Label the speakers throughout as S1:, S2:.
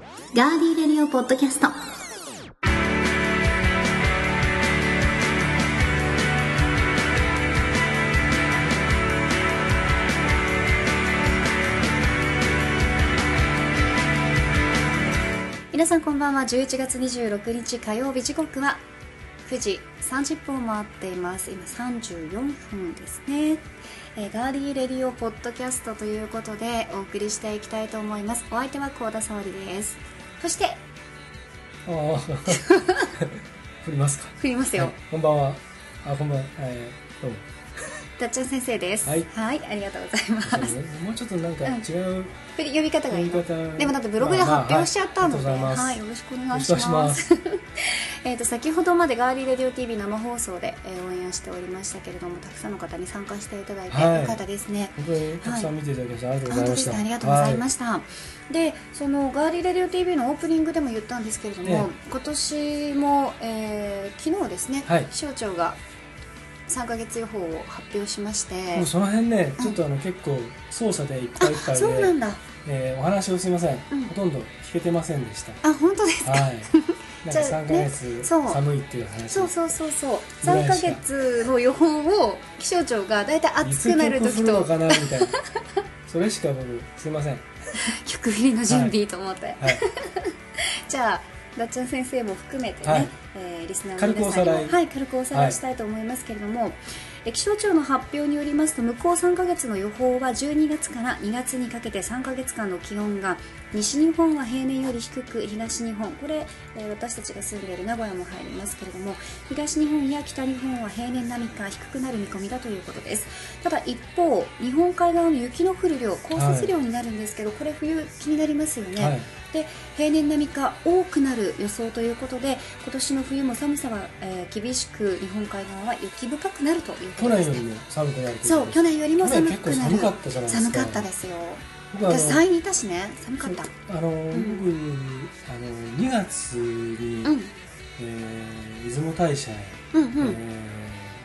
S1: ガーディーレディオポッドキャスト。皆さんこんばんは。11月26日火曜日時刻は9時30分を回っています。今34分ですね。えーガーディーレディオポッドキャストということでお送りしていきたいと思います。お相手は高田沙織です。そして
S2: ああ 振りますか
S1: 振りますよ、
S2: はいこんばんはあこんばんは、えー、どうも
S1: たっちゃん先生です
S2: はい
S1: ありがとうございます
S2: もうちょっとなんか
S1: うん
S2: 違う
S1: 振り呼び方がいい
S2: 呼び方
S1: でもだってブログで発表しちゃったので、
S2: まあまあ
S1: は
S2: はいい
S1: よろしくお
S2: お
S1: 願いし
S2: 伝
S1: ま
S2: え
S1: す
S2: します
S1: えーと先ほどまでガーリーレディオ TV 生放送で、えー、応援しておりましたけれどもたくさんの方に参加していただいて、
S2: はい
S1: よかったですね
S2: 本当にたくさん見ていただきまして、ありがとうご
S1: 本当
S2: ざいま
S1: で
S2: し
S1: す
S2: た
S1: ねありがとうござい
S2: は
S1: ました、でそのガーリーレディオ TV のオープニングでも言ったんですけれども、
S2: ええ
S1: 今年も、えー昨日ですね、
S2: はい
S1: 気象庁が3か月予報を発表しまして
S2: もうその辺ね
S1: うん
S2: ちょっとあの結構操作でいっぱいいっぱ
S1: あ
S2: い
S1: そうな
S2: で
S1: ん、だ
S2: えーお話をすいません、
S1: うん
S2: ほとんど聞けてませんでした
S1: あ本当ですか、
S2: はいな ん
S1: じ
S2: か
S1: ゃあ
S2: 3ヶ
S1: ね
S2: 月
S1: そう
S2: 寒いっていう話
S1: そうそうそうそう
S2: ぐら
S1: 3
S2: い
S1: ヶ
S2: しか
S1: 月の予報を気象庁がだいたい暑くなる
S2: いつ
S1: 時と
S2: 結婚するのかなみたいなそれしか僕すいません
S1: 曲振りの準備と思って、
S2: はい
S1: じゃあダッチャン先生も含めてね、
S2: はい
S1: えーリスナーの皆さんに
S2: 軽くおさら
S1: も
S2: い
S1: はい、軽くおさらいしたいと思いますけれども、え気象庁の発表によりますと向こう3ヶ月の予報は12月から2月にかけて3ヶ月間の気温が西日本は平年より低く東日本これ、えー私たちが住んでいる名古屋も入りますけれども東日本や北日本は平年並みか低くなる見込みだということですただ一方日本海側の雪の降る量降雪量になるんですけど、これ冬気になりますよね、
S2: はい
S1: で平年並みか多くなる予想ということで今年の冬も寒さは、えー厳しく日本海側は雪深くなるというこ
S2: 去
S1: とで
S2: 年
S1: す
S2: より
S1: ね
S2: も寒くなるとい
S1: そう
S2: ことで
S1: 去年よりも
S2: 去
S1: 寒
S2: 年結
S1: く
S2: 構
S1: なる
S2: 寒かったじゃないですか
S1: 寒かったですよ
S2: 僕あの
S1: 私3位にいたしね寒かった
S2: あの、
S1: ん
S2: 僕あの2月に、
S1: うん
S2: えー出雲大社へ、
S1: うんうん、
S2: えー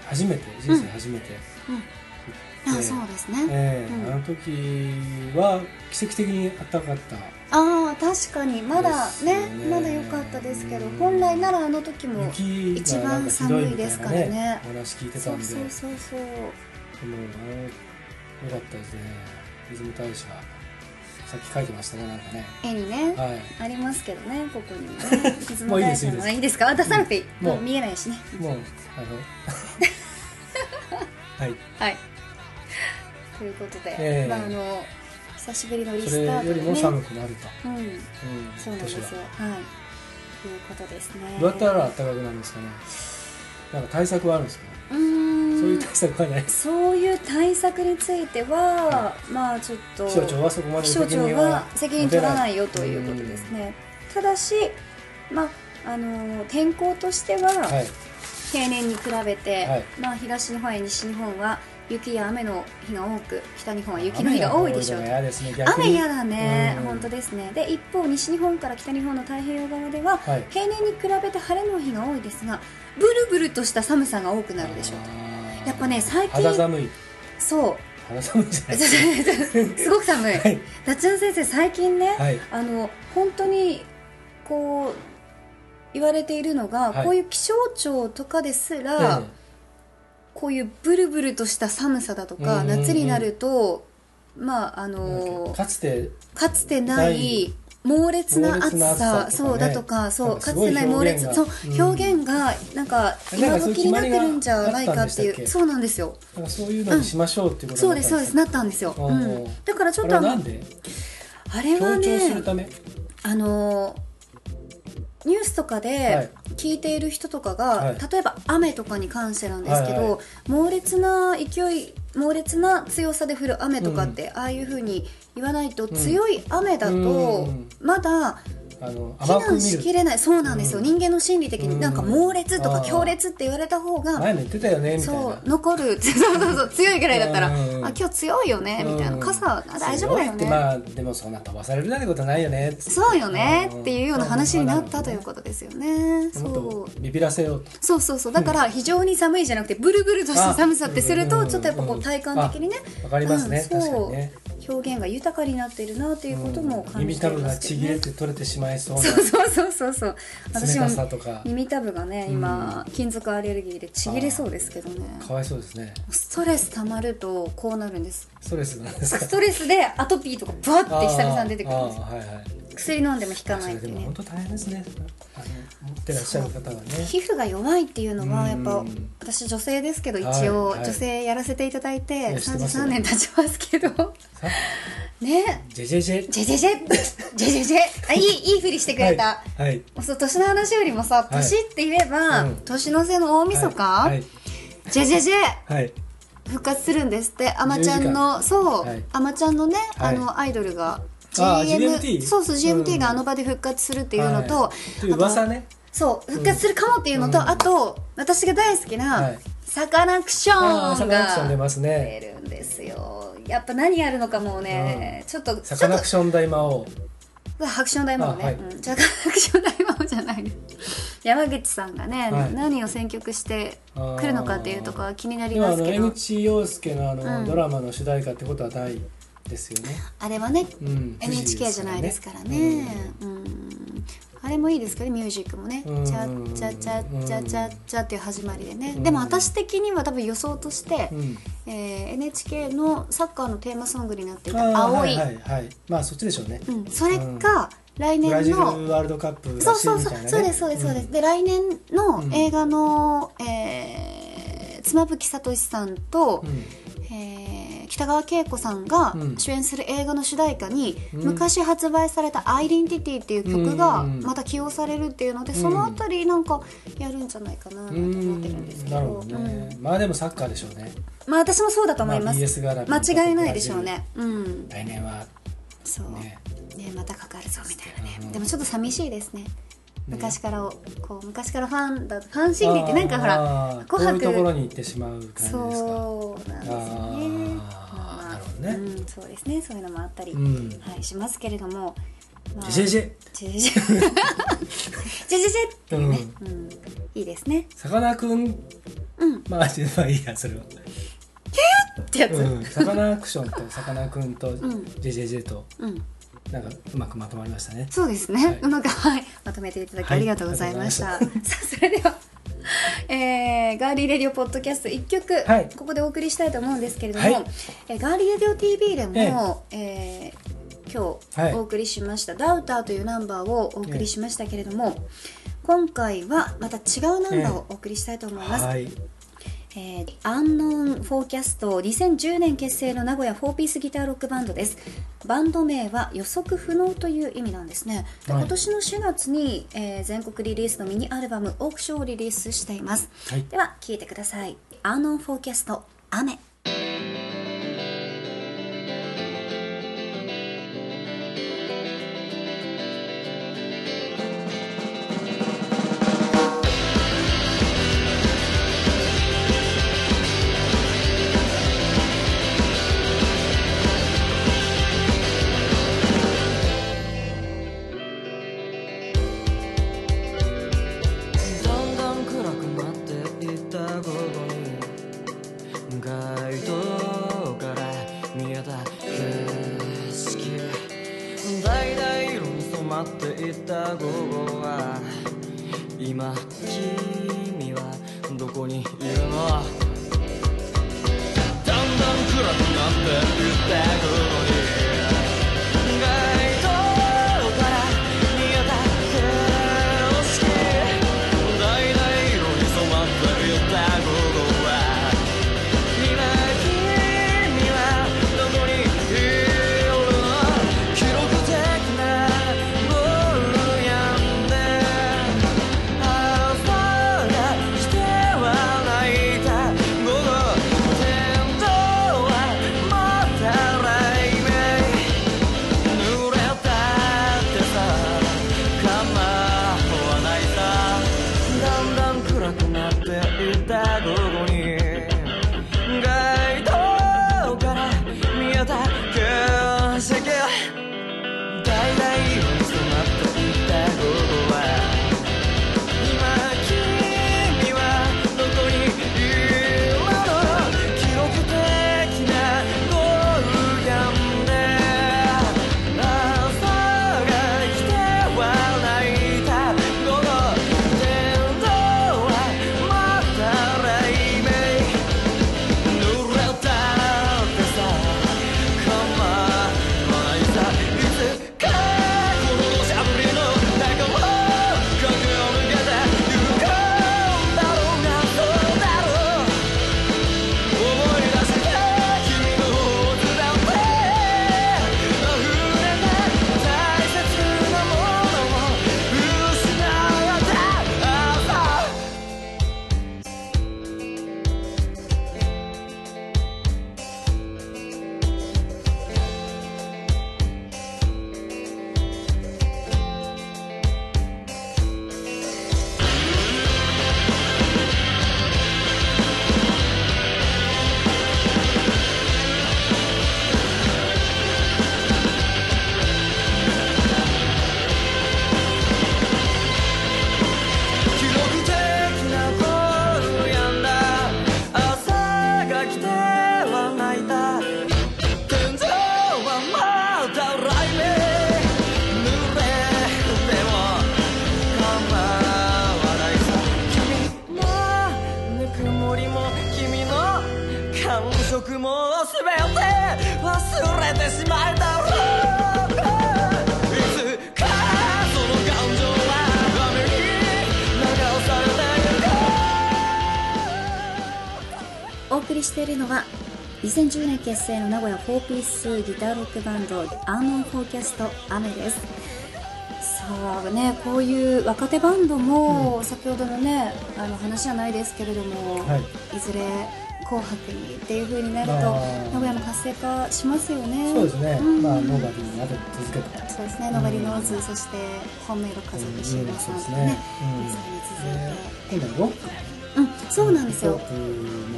S2: 初めて人生初めて、
S1: あそうですね、
S2: え
S1: う
S2: ー
S1: ん
S2: あの時は奇跡的に暖かかった
S1: ああ確かにまだ
S2: です
S1: ね
S2: ね
S1: まだ良かったですけど
S2: うん
S1: 本来ならあの時も
S2: 雪
S1: 一
S2: がなん
S1: 番
S2: かひど
S1: 寒
S2: い
S1: い
S2: みた
S1: です
S2: い
S1: か
S2: な
S1: ら
S2: ね
S1: ね
S2: お話聞いてた
S1: そ
S2: ん
S1: う
S2: で
S1: そうそうそう
S2: もうあのよかったですね出雲大社さっき書いてましたねなんかね
S1: 絵にね
S2: はい
S1: ありますけどね、ここにもね。 出
S2: も
S1: 雲
S2: ういい
S1: 大
S2: です
S1: 社
S2: いいで
S1: の
S2: す
S1: いいですか、出さなくていい。
S2: もう
S1: もう見えないしね。
S2: もうあ のはい
S1: はい。ということで、
S2: ええ
S1: まああの久しぶりのリ
S2: そ
S1: ス
S2: れ
S1: ター
S2: よ
S1: ト
S2: り
S1: で
S2: も
S1: ね。
S2: 寒くなると、
S1: うん、
S2: うん、
S1: そうなんですよ。
S2: 年は
S1: はい。ということですね。
S2: どうやったら暖かくなるんですかねなんか対策はあるんですかね、
S1: う
S2: そう
S1: ー。
S2: いうん対策はないです
S1: そういう対策については、まあちょっと
S2: 気象庁はそこまで
S1: 気
S2: の
S1: 象
S2: 責任
S1: 庁
S2: は
S1: は責任取らないよということですね。ただし、まああの天候としては。
S2: うんはい
S1: 平年に比べて、
S2: はい
S1: まあ、東日本や西日本は雪や雨の日が多く北日本は雪の日が多いでしょう
S2: 雨
S1: と
S2: が嫌ですね逆に
S1: 雨嫌だね
S2: うん
S1: 本当ですねで一方西日本から北日本の太平洋側では
S2: はい
S1: 平年に比べて晴れの日が多いですがブルブルとした寒さが多くなるでしょうと
S2: あー
S1: やっぱね最近
S2: 肌寒い
S1: そう
S2: 肌寒 いじゃないです
S1: すごく寒い
S2: かはい
S1: 達也先生最近ね、
S2: はい
S1: あの本当にこう言われているのが、
S2: はい
S1: こういう気象庁とかですら、
S2: え
S1: こういうブルブルとした寒さだとか、
S2: うんうんうん
S1: 夏になるとまああ
S2: えなん
S1: の
S2: かかつて
S1: かつてない猛烈な暑
S2: 猛烈な
S1: さ
S2: 暑さと
S1: そ
S2: かね
S1: うだとかそう
S2: な
S1: か
S2: んかす
S1: つ
S2: ご
S1: て
S2: い
S1: ない猛烈
S2: 表
S1: そう
S2: 現がうん
S1: 表現がなんか今
S2: なんかそうい
S1: 時
S2: う決
S1: になっ
S2: ま
S1: て
S2: り
S1: るんじゃないかってい
S2: があったんでしたっ
S1: う
S2: け
S1: そうなんですよ
S2: なんかそういうのにしましょうっていうこと
S1: そう
S2: にな
S1: で
S2: った
S1: す
S2: ん
S1: そうですなったんですよ、う
S2: うん
S1: ん、だからちょ
S2: あ
S1: っ
S2: れ
S1: とあ
S2: は
S1: の
S2: なんで
S1: あれは
S2: 強調す
S1: ね
S2: るため
S1: あのーニュースとか
S2: は
S1: で
S2: い
S1: 聞いている人とかが、
S2: はい
S1: 例えば雨とかに関してなんですけど、
S2: はいは
S1: 猛烈な勢い猛烈な強さで降る雨とかって、ああいうふうに言わないと、
S2: ん
S1: 強い雨だと、
S2: うん
S1: まだ
S2: あの
S1: 避
S2: 甘く
S1: 難
S2: 見
S1: し
S2: る
S1: きれないそうなんですよ、
S2: うん
S1: 人間の心理的になんか
S2: うん
S1: 猛烈とか
S2: あー
S1: 強烈って言われた方が
S2: 前も言ってたよねみたいな
S1: そう残る そうそうそう強いぐらいだったら、
S2: うん
S1: あ今日強いよねみたいな、
S2: うん
S1: 傘あ大丈夫だよ
S2: 強いって
S1: ね
S2: まあでもそんな飛ばされるなんてことないよね
S1: そうよね
S2: うん
S1: っていうような話になったということですよね。
S2: もっ
S1: そ
S2: と
S1: う
S2: ビビらせようと
S1: そうそうそうだから非常に寒いじゃなくてブルブルとした寒さってする
S2: あ
S1: と
S2: うん
S1: ちょっとやっぱこ
S2: う
S1: うん体感的にね
S2: わかりますね、
S1: うん
S2: 確か
S1: そう
S2: にね
S1: 表現が豊かになっているなということも
S2: うん
S1: 感
S2: 耳
S1: じて
S2: た
S1: い
S2: ぶ
S1: ま
S2: が
S1: すけ
S2: ち
S1: ど
S2: ぎれ
S1: ね。
S2: て取れてしまいそうな
S1: そうそうそうそうそう。私
S2: 冷
S1: も
S2: たさとか
S1: 耳たぶがね、今、金属アレルギーでちぎれそうですけどね。
S2: かわいそうですね
S1: ストレス溜まるとこうなるんです。
S2: ストレスなんですか
S1: ストレスでアトピーとかブワッて久々に出てくるん
S2: あ
S1: です
S2: ー。あーはいはい
S1: 薬飲んでも引かな
S2: それ
S1: いってい
S2: で
S1: う
S2: も
S1: ね
S2: 本。当大変ですねあの持ってらっしゃる方はね
S1: 皮膚が弱いっていうのはやっぱ
S2: うん
S1: 私女性ですけど一
S2: はい
S1: 応
S2: はい
S1: 女性やらせていただいて
S2: やしてますよ
S1: 33年経ちますけど
S2: さ
S1: ね
S2: ジェジェジェ
S1: ジェジェジェジェジェジェあいいいいふりしてくれた、
S2: はいはい
S1: そう年の話よりもさ
S2: はい
S1: 年って言えば、
S2: うん
S1: 年の瀬の大晦日、
S2: はい
S1: ジェジェジェ
S2: はい
S1: 復活するんですってあまちゃんのそう、
S2: はい
S1: あまちゃんのね、
S2: はい
S1: あのアイドルが
S2: あー
S1: GM
S2: GMT
S1: そうそう
S2: う
S1: GMT
S2: ん
S1: があの場で復活するっていうのと、
S2: はいという噂ね
S1: そう復活するかもっていうのと、
S2: うん
S1: あと私が大好き
S2: は
S1: ないサカナクショ
S2: ああサ
S1: ン
S2: カナクション出
S1: が
S2: ますね
S1: 出るんですよやっぱ何やるのかもうね、ちょっとちょ
S2: サ
S1: っと
S2: カナクション大魔王
S1: ハクション大魔王ね、
S2: あはい
S1: うん、サカナクション大魔王じゃない山口さんがね、
S2: はい
S1: 何を選曲してくるのかっていうとか気になり
S2: 今
S1: ま
S2: あ
S1: す
S2: の
S1: けど
S2: N 地陽介のあの、
S1: うん
S2: ドラマの主題歌ってことはないですよね、
S1: あれはね
S2: うん、
S1: NHK じゃないですからね、うん、あれもいいですかねミュージックもね「チ
S2: うん
S1: ャチャチャチャチャチャ」っていう始まりでね、
S2: うん
S1: でも私的には多分予想として、
S2: うん、うん
S1: えー NHK のサッカーのテーマソングになってい
S2: あー
S1: た「青い」
S2: はいはいはいまあそっちでしょうね、
S1: うん、それが来
S2: ブラ
S1: 年
S2: ジル
S1: の、
S2: ワールドカップ
S1: そ
S2: ら
S1: う
S2: しい
S1: そう
S2: み
S1: そう
S2: たいな、ね、
S1: そうですそうですそうです、で来年の映画の、えー妻夫木聡さんと、
S2: うん、うん
S1: えー北川景子さんが
S2: うん
S1: 主演する映画の主題歌に、
S2: うん
S1: 昔発売された「アイデンティティ」っていう曲が
S2: うん
S1: また起用されるっていうので、
S2: うん
S1: そのあたりなんかやるんじゃないかなと思ってるんですけど
S2: なるほどね、まあでもサッカーでしょうね
S1: うんまあ私もそうだと思います、
S2: まあ BS 絡み
S1: 間違いないでしょうねうん
S2: 来年は
S1: そうね
S2: ね
S1: またかかるぞみたいなね、
S2: うん
S1: でもちょっと寂しいですね昔からをこう昔からファンだファン心理ってなんかほら
S2: ら
S1: 紅白
S2: こういうところに行ってしまう感じですか
S1: そうなんですよね
S2: あーな
S1: まあ
S2: るほどね
S1: うん、そうですねそういうのもあったり、
S2: うん
S1: はい、しますけれども、まあ
S2: ジェジェ
S1: ジェジェジェ ジェジェジェっていうね、うんいいですね
S2: さかなクン
S1: うん
S2: まあまあいいやそれは
S1: ってやつ、うん
S2: うんサカナクションとさかなクンとジ
S1: ん
S2: ェジェジェとなんかうまくまとまりましたね
S1: そうですね、
S2: はいう
S1: まく、はい、まとめていただき
S2: は
S1: あ
S2: い
S1: りがとうございました、さあそれでは えーガーリーレディオポッドキャスト1曲、
S2: はい
S1: ここでお送りしたいと思うんですけれども、
S2: はい
S1: えーガーリーレディオ TV でも、えー今
S2: はい
S1: 日お送りしました「ダウター」というナンバーをお送りしましたけれども、今回はまた違うナンバーをお送りしたいと思います、
S2: はい
S1: えー、アンノーンフォーキャスト2010年結成の名古屋4ピースギターロックバンドですバンド名は予測不能という意味なんですねで
S2: はい
S1: 今年の4月に、えー全国リリースのミニアルバム「オークション」をリリースしています、
S2: はい
S1: では聴いてくださいアンノーンフォーキャスト雨
S3: だんだん暗くなっていった午後に街灯から見えた景色だいだい色に染まっていった午後は今君はどこにいるのだんだん暗くなっていった午後に街灯から見えた景色大々色に染まっていた午後は今君はどこにいるの記録的なゴールやんで朝が来ては泣いた午後天道はまた来
S1: 送りしているのは2010年結成の名古屋4ピースギターロックバンドアーモンフォーキャスト雨ですそうねこういう若手バンドも、先ほどのねあの話じゃないですけれども、
S2: はい
S1: い、ずれ紅白にっていう風になると
S2: まあ
S1: 名古屋も活性化しますよね
S2: そうですね、
S1: ん
S2: まあ、ノーバディにあと続けた。
S1: そうですね、ノバリノーズ、そして本命の家族シーバーさんとかね、
S2: うん
S1: 皆さんに
S2: 今度はロッ
S1: 続い
S2: ク
S1: て、うん、そうなんですよ。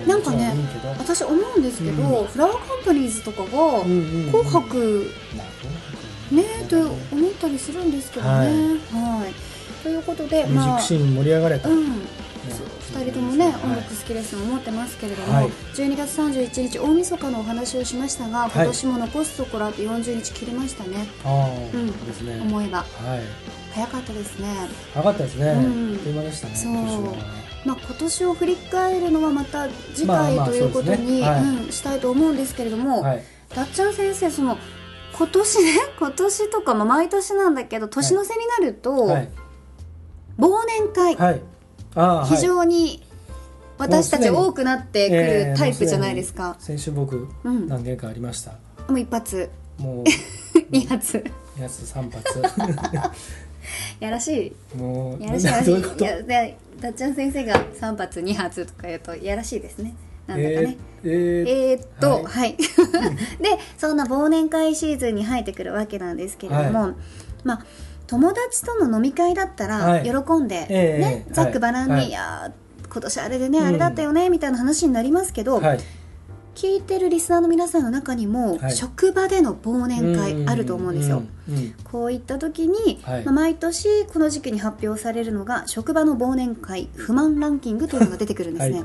S2: な
S1: なんかね
S2: いいけど、
S1: 私思うんですけど、
S2: う
S1: フラワーカンパニーズとかが
S2: うんうんうん
S1: 紅白
S2: まあ
S1: ねと思ったりするんですけどね。
S2: はい
S1: はい。ということで、
S2: ミュージッ
S1: まあ
S2: ク、シーン盛り上がれた。
S1: う
S2: ね
S1: ん。2人ともね、
S2: はい
S1: 音楽好きですと思ってますけれども、
S2: はい
S1: 12月31日大晦日のお話をしましたが
S2: い
S1: 今年も残すところあと40日切りましたね、
S2: ああ、
S1: うん
S2: ですね。
S1: 思えば
S2: はい。
S1: 早かったですね
S2: 上がったですね。あっ
S1: うん
S2: という間でしたね。
S1: そう
S2: 今年は
S1: まあ、今年を振り返るのはまた次
S2: まあ
S1: 回
S2: まあ
S1: ということ
S2: そうです
S1: に
S2: ねはい
S1: うんしたいと思うんですけれども、
S2: はい。
S1: だっちゃん先生その今年ね 今年とか、まあ、毎年なんだけど年の瀬になると、
S2: はい。
S1: 忘年会、
S2: はい。ああ、
S1: 非
S2: はい
S1: 常に私たち
S2: もうすでに
S1: 多くなってく
S2: え
S1: る
S2: ー
S1: タイプじゃないですか、
S2: 先週僕、
S1: うん
S2: 何件かありました。
S1: もう一発
S2: もう、
S1: 二発
S2: 2発3発。
S1: やらし
S2: もう、
S1: いやらしいやらし
S2: どういうこ
S1: い
S2: と
S1: いやでだっちゃん先生が三発二発とか言うとやらしいですねなんだかね、
S2: えー、えー
S1: えーっと、
S2: は
S1: はい。で、そんな忘年会シーズンに入ってくるわけなんですけれども、
S2: は
S1: まあ、友達との飲み会だったら、
S2: はい
S1: 喜んで、
S2: ええ
S1: ね
S2: は、い
S1: ざっくばらんに、、
S2: はいい
S1: やー、今年あれでね、あれだったよね、みたいな話になりますけど、
S2: はい。
S1: 聞いてるリスナーの皆さんの中にも、
S2: はい
S1: 職場での忘年会あると思うんですよ。
S2: うん。うん
S1: こういった時に、
S2: はい
S1: まあ、毎年この時期に発表されるのが職場の忘年会不満ランキングというのが出てくるんですね、
S2: はい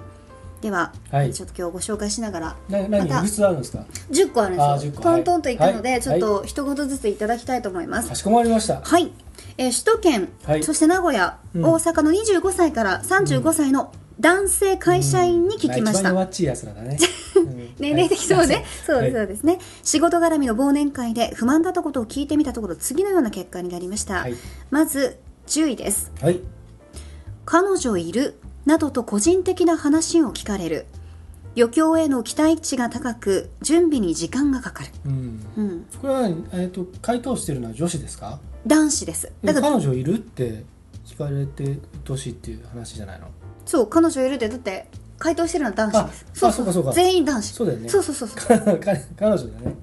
S1: では、
S2: はい
S1: ちょっと今日ご紹介しながら
S2: な
S1: ま
S2: 何
S1: た
S2: いくつあるんですか
S1: 10個あるん
S2: あ
S1: ですよ
S2: ー10個
S1: ト
S2: はい
S1: ントンといったので、
S2: はい
S1: ちょっと一言ずついただきたいと思います
S2: かしこまりました
S1: はい、えー首都圏、
S2: はい
S1: そして名古屋、
S2: うん
S1: 大阪の25歳から35歳の男性会社員に聞きました、
S2: 一番弱っちいやつらだねうん
S1: 年齢的そう ね、
S2: はい
S1: そうです、そ
S2: は
S1: うですね仕事絡みの忘年会で不満だったことを聞いてみたところ次のような結果になりました、
S2: はい
S1: まず10位です
S2: はい
S1: 彼女いるなどと個人的な話を聞かれる余興への期待値が高く準備に時間がかかる、
S2: うん
S1: うん、
S2: これは、えー、と回答してるのは女子ですか
S1: 男子です
S2: え
S1: だから
S2: 彼女いるって聞かれて年っていう話じゃないの
S1: そう彼女いるってだって回答してるのは男子です
S2: ああそうかそうか
S1: 全員男子
S2: そうだよね
S1: そうそうそうそう
S2: かか彼女だね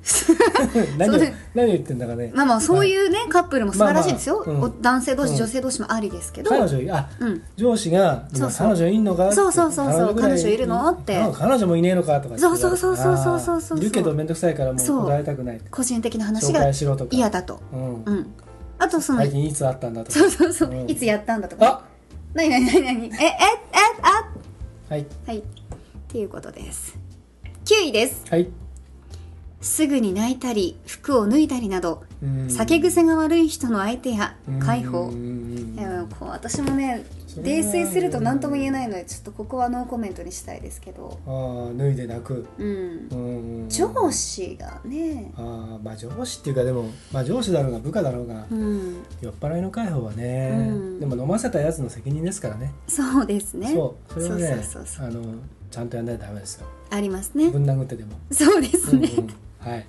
S2: 何を
S1: そうね
S2: 何を言ってんだかね
S1: まあまあそういうね、カップルも素晴らしいですよ、
S2: まあまあうん
S1: お男性同士、
S2: うん
S1: 女性同士もありですけど
S2: 彼女いあ、
S1: うん
S2: 上司が「
S1: そう
S2: 今
S1: そう
S2: 彼女いんのか?って」
S1: そうそうそうそう
S2: ぐら
S1: 彼女いるのって
S2: あ彼女もいねえのかとか言って
S1: そうそうそうそうそうそうそう
S2: あーいるけど面倒くさいからもう
S1: そう
S2: 答えたくない
S1: 個人的な話
S2: 紹
S1: が
S2: 介しろとか
S1: 嫌だと、
S2: うん
S1: うん、あとその
S2: 最近いつあったんだとか
S1: そうそうそう、
S2: うん
S1: いつやったんだとか
S2: あ
S1: なになになになにえええあ
S2: はい
S1: はいっていうことです9位です
S2: はい
S1: すぐに泣いたり服を脱いだりなど
S2: うん
S1: 酒癖が悪い人の相手や解放
S2: うん
S1: いやこう私もね
S2: それ
S1: 泥
S2: は
S1: 酔すると何とも言えないのでちょっとここはノーコメントにしたいですけど
S2: あー脱いで泣く、
S1: うん
S2: うん、
S1: 上司がね
S2: あーまあ上司っていうかでも、まあ、上司だろうが部下だろうが、
S1: うん
S2: 酔っ払いの解放はね、
S1: うん
S2: でも飲ませたやつの責任ですからね
S1: そうですね
S2: そうそれはね
S1: そうそうそうそう
S2: あのちゃんとやんないとダメですよ
S1: ありますね
S2: ぶん殴ってでも、
S1: そうですね、
S2: うんうんはい、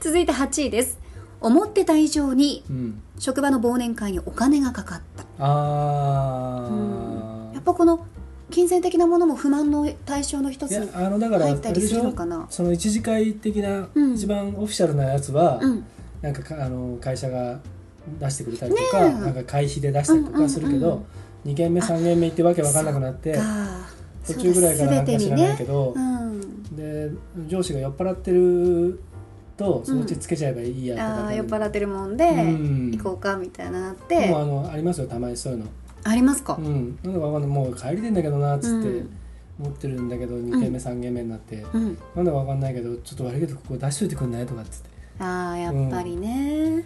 S1: 続いて8位です思ってた以上に
S2: うん、
S1: 職場の忘年会にお金がかかった
S2: あ
S1: うん
S2: ー
S1: やっぱこの金銭的なものも不満の対象の一
S2: い
S1: つ
S2: やあのだから
S1: 入ったりするのかな
S2: あれでしょその一次会的な、
S1: うん
S2: 一番オフィシャルなやつは、
S1: うん
S2: なんかかあの会社が出してくれたりとか,、
S1: ねえ
S2: なんか会費で出したりとかするけど、
S1: うんうんうん
S2: 2軒目3軒目行ってわけわかんなくなって
S1: か
S2: 途中ぐらいからなんか知らないけ
S1: そ
S2: ど、
S1: うだ全てにね
S2: で上司が酔っ払ってるとそのうちつけちゃえばいいや
S1: うん、
S2: とか、
S1: あー
S2: ね
S1: 酔っ払ってるもんで、
S2: うん
S1: 行こうかみたいななっ
S2: で
S1: て
S2: もあのありますよたまにそういうの。
S1: ありますか、
S2: うん、なんだかわかんないもう帰りてんだけどなっつって、
S1: うん
S2: 持ってるんだけど2軒目3軒目になって、
S1: うん、
S2: なんだかわかんないけどちょっと悪いけどここ出しといてくんないとかっつって
S1: あーやっぱりね、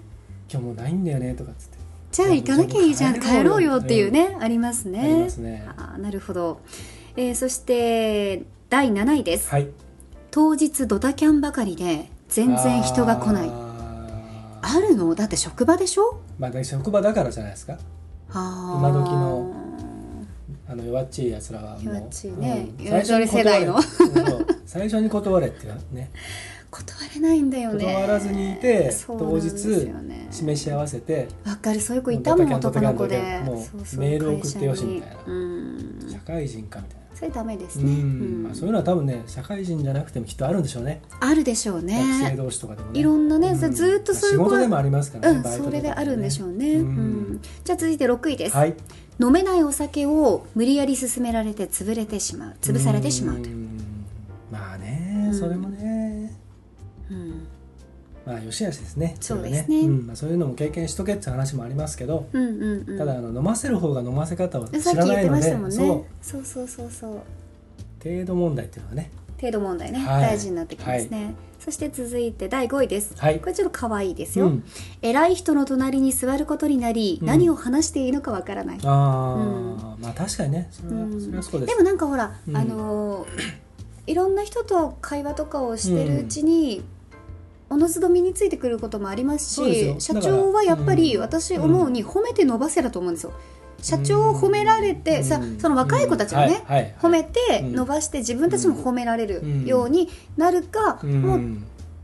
S2: 今日もうないんだよねとかっつって、
S1: じゃあ行かなきゃいいじゃん帰
S2: 帰
S1: ろ
S2: ろ
S1: う
S2: う
S1: よ
S2: よ
S1: っていうね、ありますね
S2: ありますね
S1: あーなるほど、えーそして第7位です、
S2: はい
S1: 当日ドタキャンばかりで全然人が来ないあ
S2: あー
S1: るのだって職場でしょ
S2: まあ、職場だからじゃないですか
S1: あー
S2: 今時のあの弱っちいやつらはもう
S1: 弱っちいね
S2: うん
S1: 弱っちい世代の
S2: 最初に断れ そう最初に断れっていうね
S1: 断れないんだよね
S2: 断らずにいて
S1: そうなん
S2: 当
S1: で
S2: 日
S1: すよね
S2: 示し合わせて
S1: わかるそういう子いたもん
S2: ドタ
S1: 男
S2: キャン
S1: の
S2: ド
S1: 子
S2: タキ
S1: で
S2: ャンもう
S1: そうそう
S2: メール送ってよ
S1: 会
S2: し
S1: 社に
S2: みたいな
S1: うん
S2: 社会人かみたいな
S1: それダメです
S2: う
S1: ね
S2: ん
S1: う
S2: ま
S1: ん
S2: あそういうのは多分ね社会人じゃなくてもきっとあるんでしょうね
S1: あるでしょう
S2: 学生
S1: ね
S2: 同士とかでもね
S1: いろんなね
S2: う
S1: ずーっとそういう
S2: まあ仕事で
S1: 子
S2: もありますから
S1: う
S2: ね
S1: ん、
S2: バイト
S1: それ
S2: と
S1: で
S2: か
S1: あるんでしょうね、う
S2: うんん
S1: じゃあ続いて6位です、
S2: はい
S1: 飲めないお酒を無理やり勧められて潰れてしまう潰されてしまうという、
S2: んまあねそれもね
S1: うん
S2: まあよしあしですね
S1: そう
S2: れは
S1: ですね
S2: んまあ、そういうのも経験しとけって話もありますけど
S1: うんうんうん
S2: ただあの飲ませる方が飲ませ方を知
S1: さっ
S2: ら
S1: き
S2: な
S1: 言っ
S2: い
S1: て
S2: の
S1: ま
S2: で
S1: したもんね
S2: そう
S1: そうそうそうそう
S2: 程度問題っていうのはね
S1: 程度問題ね、
S2: はい
S1: 大事になってきますね、そして続いて第5位です、
S2: はい
S1: これちょっと可愛いです
S2: う
S1: よ、
S2: ん
S1: 偉い人の隣に座ることになり、
S2: うん
S1: 何を話していいのかわからない、
S2: あー、まあ確かにねそれは、
S1: うん
S2: それはそうです
S1: でもなんかほら、
S2: うん
S1: あのーいろんな人と会話とかをしてるうちに、おのずと身についてくることもあります
S2: そうです
S1: し
S2: よ
S1: 社
S2: だから
S1: 長はやっぱり
S2: うん
S1: 私思うに褒めて伸ばせだと思うんですよ。社長を褒められて、
S2: うん
S1: さその若い子たちがね、
S2: うんはいはい
S1: 褒めて
S2: うん
S1: 伸ばして自分たちも褒められ
S2: うん
S1: るようになるか、
S2: うん
S1: もう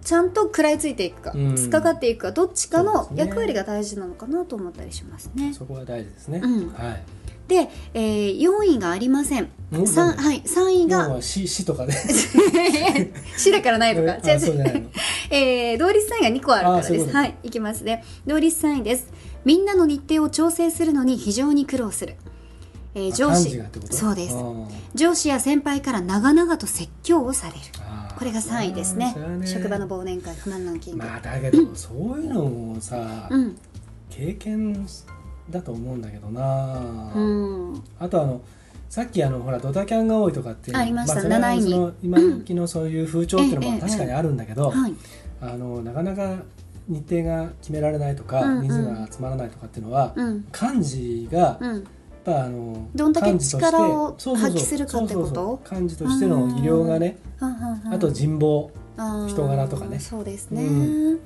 S1: ちゃんと食らいついていくか、
S2: うん
S1: 突っかかっていくかどっちか
S2: そうで
S1: の
S2: すね
S1: 役割が大事なのかなと思ったりしますね。
S2: そこは大事ですね、
S1: うん
S2: はい
S1: で、えー、4位がありません。
S2: お
S1: 三
S2: なんだ
S1: はい、3位
S2: 今日
S1: が
S2: は死死とかね
S1: 死だからないのか。 違
S2: あ
S1: う違う
S2: そうじゃないの
S1: えー、同率3位が2個あるから
S2: あーそうい
S1: です。
S2: うこと
S1: はい、いきますね。同率3位です。みんなの日程を調整するのに非常に苦労する。えー、上
S2: あ幹
S1: 司
S2: 事がってこと
S1: そうです
S2: あ。ー
S1: 上司や先輩から長々と説教をされる。
S2: あー
S1: これが3位ですね
S2: それは。
S1: 職場の忘年会不満ランキング。
S2: まあだけどそういうのもさ、
S1: うん、
S2: 経験だと思うんだけどな、
S1: うん、
S2: あとあのさっきあのほらドタキャンが多いとかっていうの
S1: ありました
S2: それは
S1: 7位に
S2: その今時のそういう風潮っていうの
S1: えええ
S2: も
S1: え
S2: 確かにあるんだけど、
S1: はい、
S2: あのなかなか日程が決められないとか、
S1: うんうん
S2: 人数が集まらないとかっていうのは、
S1: うん、
S2: 幹事がやっ
S1: うん、
S2: ぱあの
S1: どんだけ
S2: 幹事として
S1: 力を
S2: そうそうそう
S1: 発揮するかってこと
S2: そうそうそう幹事としての技量がねあ
S1: あ
S2: と人望
S1: 人
S2: 人柄とかね
S1: そうですね。
S2: う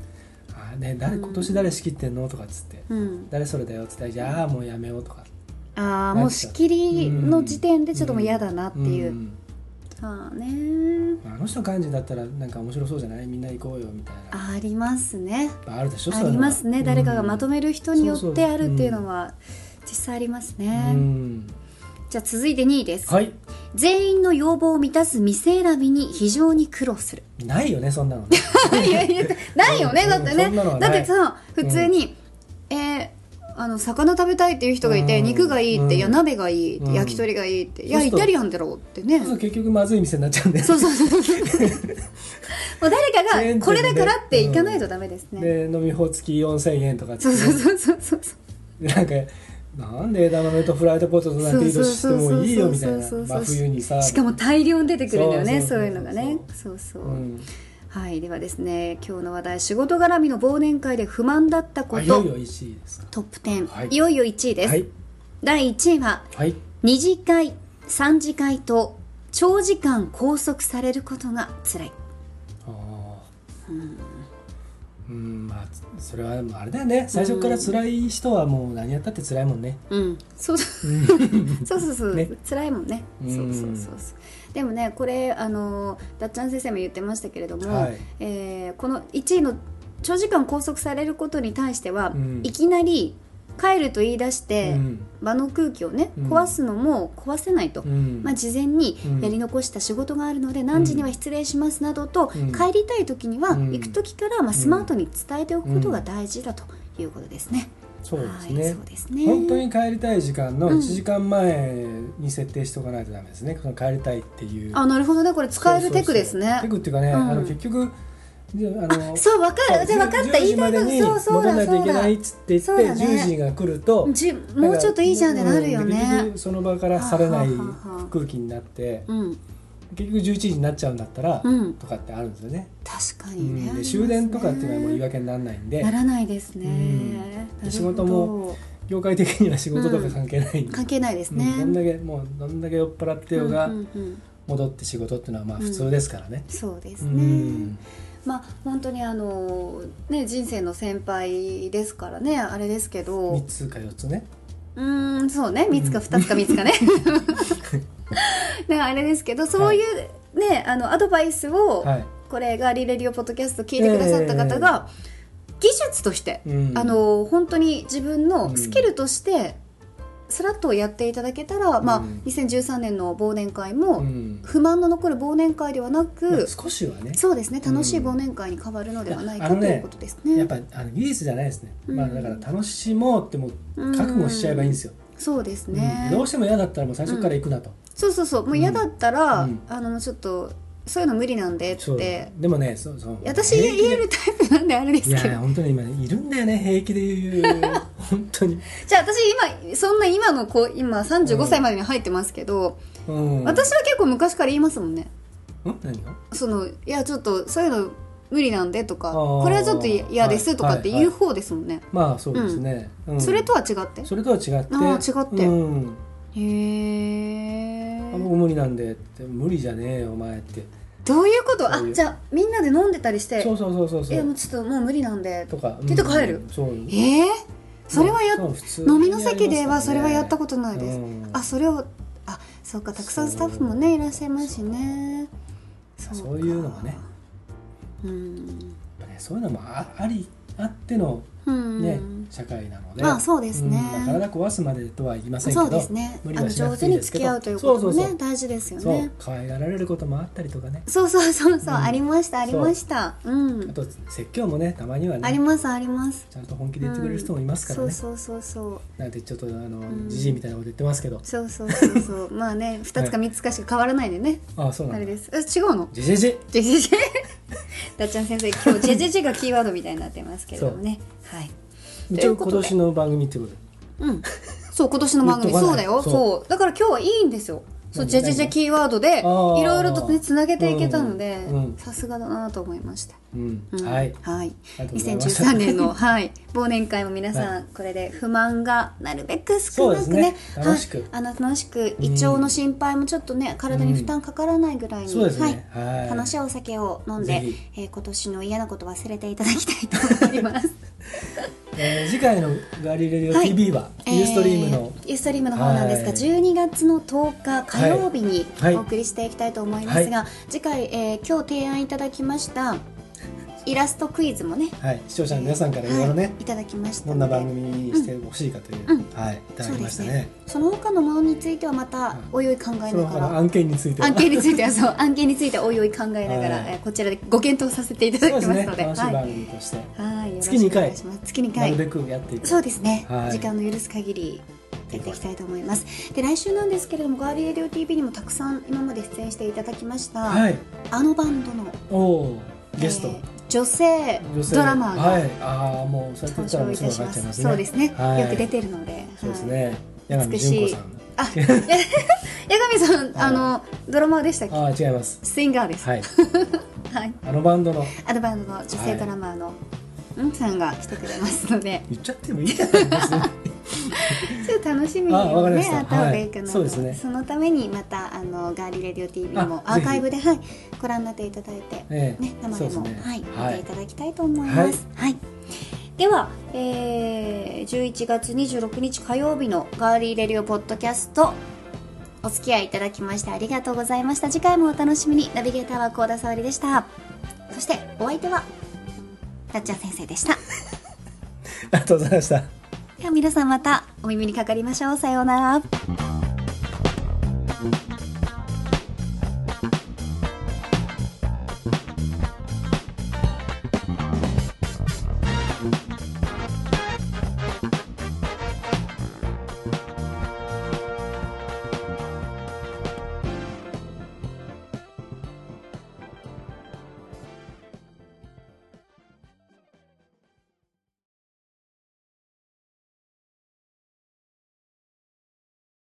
S2: あね誰
S1: うん
S2: 今年誰仕切ってんのとかっつって
S1: うん
S2: 誰それだよっつってじゃあもうやめようとか
S1: ああ
S2: なんか
S1: もう仕切りの時点でちょっともう嫌だなっていう、
S2: ん
S1: ああね
S2: あの人幹事だったらなんか面白そうじゃないみんな行こうよみたいな
S1: ありますね
S2: あるでしょ
S1: ありますね誰かがまと
S2: め
S1: める人によ
S2: そ
S1: っ
S2: う
S1: て
S2: そう
S1: あるっていうのは実際あります
S2: う
S1: ね
S2: ん
S1: じゃあ続いて2位です、
S2: はい
S1: 全員の要望を満たす店選びに非常に苦労する
S2: ないよねそんなのね
S1: いやいやないよねだって
S2: そ
S1: ね
S2: んなのは
S1: だ
S2: な
S1: っ
S2: い
S1: てさ普通に、えーあの魚食べたいっていう人がいて、
S2: うん
S1: 肉がいいって、いや
S2: うん
S1: 鍋がいいって、
S2: うん
S1: 焼き鳥がいいって、い
S2: そう
S1: や
S2: す
S1: イ
S2: ると
S1: タリアンだろうってね
S2: そうすると結局まずい店になっちゃうんで
S1: そうそうそうそう。もう誰か
S2: チェ
S1: が
S2: ーン店で
S1: これだからって行かないとダメですね。
S2: で飲み放付き4000円とかっつ
S1: そう
S2: って
S1: そうそうそうそう。
S2: なんかなんで枝豆とフライドポテトなんていいとしてもいいよみたいな
S1: そうそうそうそうそう
S2: 真冬にさ
S1: しかも大量に出てくるんだよね、そ
S2: そううそうそうそう
S1: いうのがね。そうそう。
S2: うん
S1: はい、ではですね、今日の話題、仕事絡みの忘年会で不満だったこ
S2: あいよい
S1: と。
S2: よ1位ですか
S1: トップ10、、
S2: はいい
S1: よいよ1位です。
S2: はい
S1: 第1位は
S2: はい
S1: 二次会、三次会と長時間拘束されることが辛い。
S2: あーうんまあそれはあれだよね最初から辛い人はもう何やったって辛いもんね
S1: うん、 そうそうそうそうそう、
S2: ね
S1: 辛いもんね、
S2: うん
S1: そうそうそうそうでもねこれあのダッチャン先生も言ってましたけれども、
S2: はい
S1: えーこの1位の長時間拘束されることに対しては、
S2: うん
S1: いきなり帰ると言い出して、
S2: うん
S1: 場の空気をね
S2: うん
S1: 壊すのも壊せないと、
S2: うん
S1: まあ、事前に
S2: うん
S1: やり残した仕事があるので何時には失礼しますなどと、
S2: うん
S1: 帰りたい時には、
S2: うん
S1: 行く時から、まあ、スマートに伝えておくことが大事だということですね。
S2: そうです
S1: はい、
S2: ね
S1: そうですね
S2: 本当に帰りたい時間の
S1: うん
S2: 1時間前に設定しておかないとダメですね、その帰りたいっていう
S1: あなるほどねこれ使えるテクですね
S2: そうそうそうテクっていうかね、
S1: うん
S2: あの結局じゃああの
S1: そうわかるじゃあ分かった言いたい
S2: 10時まで
S1: こと
S2: に
S1: そうそう
S2: 戻らな
S1: だそ
S2: いというけ
S1: だ
S2: ないっつって言って、
S1: そうだね
S2: 10時が来ると
S1: じもうちょっといいじゃんってなるよ
S2: だからうん結
S1: ね
S2: 局その場から去れない
S1: はははは
S2: 空気になって
S1: うん
S2: 結局11時になっちゃうんだったら、
S1: うん
S2: とかってあるんですよね
S1: 確か
S2: う
S1: にね
S2: んで終電とかっていうのはもう言い
S1: わ
S2: 訳にならないんで
S1: ならないですね
S2: うん
S1: なるほど
S2: 仕事も業界的には仕事とか関係ないんで、
S1: 関係ないです
S2: うん
S1: ね
S2: どんだけもうどんだけ酔っ払ってようが
S1: うんうんうん
S2: 戻って仕事っていうのはまあ普通ですからね。
S1: そうです
S2: うん
S1: ねまあ本当にあのね人生の先輩ですからねあれですけど
S2: 3つか4つね
S1: うーんそうね3つか2つか3つか ねねあれですけどそういう、ねあのアドバイスを、
S2: はい
S1: これが「リレリオ」ポッドキャスト聞いてくださった方が、技術として、
S2: うん
S1: あの本当に自分のスキルとしてさらっとやっていただけたら、まあ
S2: うん、
S1: 2013年の忘年会も、
S2: うん
S1: 不満の残る忘年会ではなく、
S2: まあ少しはね
S1: そうですね
S2: うん
S1: 楽しい忘年会に変わるのではない
S2: あ
S1: か、
S2: の
S1: と
S2: ね
S1: いうことです
S2: や
S1: ね
S2: っ。ぱあの技術じゃないですね、
S1: うん
S2: まあ、だから楽しもうってもう覚悟しちゃえばいいんですよ、
S1: そうです
S2: う
S1: ね
S2: ん、どうしても嫌だったらもう最初から行くなと、
S1: そうそうそうもう嫌だったら、
S2: うん
S1: あのちょっとそういうの無理なんでっ
S2: そう
S1: て
S2: でもねそうそう
S1: 私言えるタイプなんであれで
S2: い
S1: す
S2: や
S1: け
S2: ー
S1: ど
S2: 本当に今ねいるんだよね平気で言 う本当に、
S1: じゃあ私今そんな今の子今35歳までに入ってますけど、
S2: うん、
S1: 私は結構昔から言いますもんね
S2: ん何が
S1: そのいやちょっとそういうの無理なんでとか
S2: あー
S1: これはちょっと嫌ですとかって
S2: はい
S1: 言う
S2: はい
S1: 方ですもんね、
S2: まあそうですね、うん
S1: それとは違って
S2: それとは違って
S1: ああ違って
S2: うん、
S1: へ
S2: あ
S1: え
S2: 僕無理なんでって無理じゃねえよお前って
S1: どういうことあ
S2: そういう
S1: じゃあみんなで飲んでたりして
S2: そうそうそうそう
S1: い
S2: そ
S1: やもう
S2: う
S1: ちょっともう無理なんで
S2: とか
S1: 出て帰る
S2: うんそう
S1: ええそれはやっ
S2: そう普通に
S1: 飲みの席ではそれはやった
S2: こ
S1: ことないです、
S2: うん
S1: あそれをあそうかたくさんスタッフもねいらっしゃいますしねそ
S2: と
S1: か
S2: そういうのがねやっ
S1: うん、
S2: ぱねそういうのもあありあっての
S1: うん
S2: ね、社会なので、
S1: まあそうですね
S2: うんまあ体壊すまでとはいきませんけど
S1: そうですね
S2: 無理
S1: あの
S2: はしな
S1: 上
S2: くて
S1: 手
S2: いい
S1: に
S2: です
S1: 付
S2: け
S1: き
S2: ど
S1: 合うということもね
S2: そうそうそう
S1: 大事ですよ
S2: そう
S1: ね
S2: 可愛がられることもあったりとかね
S1: そうそうそうそう、
S2: うん
S1: ありましたありましたうん、
S2: あと説教もねたまには
S1: あり
S2: ね
S1: ますあります
S2: ちゃんと本気で言ってくれる人もいますからね、
S1: うんそうそうそうそう
S2: なんてちょっとあ
S1: ん
S2: のじじいみたいなこと言ってますけど、
S1: そうそうそうそうまあね2つか3つかしか変わらないでね、
S2: ああそうな
S1: あれ
S2: んだ
S1: ですえ違うの
S2: じじじ
S1: ジェジェ ジェダッちゃん先生今日ジェジェジェがキーワードみたいになってますけれどもねはい
S2: 一応
S1: というこ
S2: 今
S1: とで
S2: 年の番組ってことで
S1: うんそう今年の番組
S2: 言っと
S1: そう
S2: か
S1: だ
S2: ない
S1: よ
S2: そう
S1: そうだから今日はいいんですよそう
S2: 何
S1: ジェジェジェキーワードでい
S2: あー
S1: ろいろとねつなげていけたので
S2: うんうん
S1: さすがだなと思いました
S2: うん、
S1: うん
S2: はい
S1: はい
S2: ありがとうございました
S1: 2013年のはい忘年会も皆さ
S2: は
S1: んこれで不満がなるべく少なく
S2: そう
S1: ね
S2: です
S1: は
S2: ね
S1: い
S2: 楽しく
S1: あの楽しく胃腸の心配もちょっとね体に負担かからないぐらいに
S2: そうです
S1: はい
S2: ねはい、
S1: 楽しいお酒を飲んで
S2: ぜひ、
S1: えー今年の嫌なこと忘れていただきたいと思います。
S2: えー次回の「ガリレリオ
S1: はい
S2: TV は」 ユーストリームの、
S1: えーユーストリームの方なんですが、
S2: はい
S1: 12月の10日火曜日に
S2: はい
S1: お送りしていきたいと思いますが、次回、えー今日提案いただきましたイラストクイズもね、
S2: はい、視聴者の皆さんからいろいろね
S1: は、い、いただきました
S2: ど
S1: の
S2: ん
S1: で
S2: な番組にしてほしいかという、
S1: うん
S2: はいいただきましたね
S1: その他のものについてはまたおいおい考えな
S2: その他
S1: が
S2: の
S1: ら。
S2: 案件については
S1: 案件についてはそう案件についてはおいおい考えながら、
S2: はい
S1: えーこちらでご検討させていた
S2: そ
S1: だ
S2: うで
S1: き
S2: す
S1: ま
S2: ね
S1: すので
S2: 楽しい
S1: は
S2: 番
S1: い
S2: 組として、
S1: はい、よろし
S2: 月に
S1: くお
S2: 一回
S1: 願いします。月に一
S2: な
S1: 回
S2: るべくやっていく
S1: そうですね、
S2: はい
S1: 時間の許す限りやっていきたいと思いますで来週なんですけれどもガーリーエディオ TV にもたくさん今まで出演していただきました、
S2: はい
S1: あのバンドの
S2: おおゲスト、
S1: えー女性
S2: 女性
S1: ドラマー
S2: は
S1: が
S2: いああもうそうやって
S1: 登
S2: 言ったら
S1: 場
S2: もう
S1: いたします
S2: すぐ分かっちゃいますね
S1: そうですね、
S2: はい、
S1: よく出てるので
S2: そうです
S1: はい
S2: ね柳
S1: 美
S2: 見
S1: しい
S2: 純子さん
S1: あ、や八神さん、
S2: はい
S1: あのドラマーでしたっけ
S2: ああ違います
S1: シンガーです
S2: はい
S1: はい、
S2: あのバンドの
S1: あのバンドの女性ドラマーの、うんさんが来てくれますので
S2: 言っちゃってもいいじゃないですか
S1: ちょっと楽しみに
S2: あわかりま
S1: ね、
S2: した
S1: あった方がいいかなと、
S2: はいそうですね
S1: そのためにまたあのガーリレディオ TV も
S2: あ
S1: アー
S2: ぜひ
S1: カイブではいご覧になっていただいて、
S2: ええ
S1: ね生
S2: そ
S1: で
S2: うです
S1: も
S2: ね
S1: はい
S2: は
S1: 見て
S2: い
S1: いただきたいと思います。はい。では、えー、11月26日火曜日のガーリーレディオポッドキャストお付き合いいただきましてありがとうございました。次回もお楽しみにナビゲーターは高田沙織でした。そしてお相手はたっちゃん先生でした。
S2: ありがとうございました
S1: では皆さんまたお耳にかかりましょう。さようなら。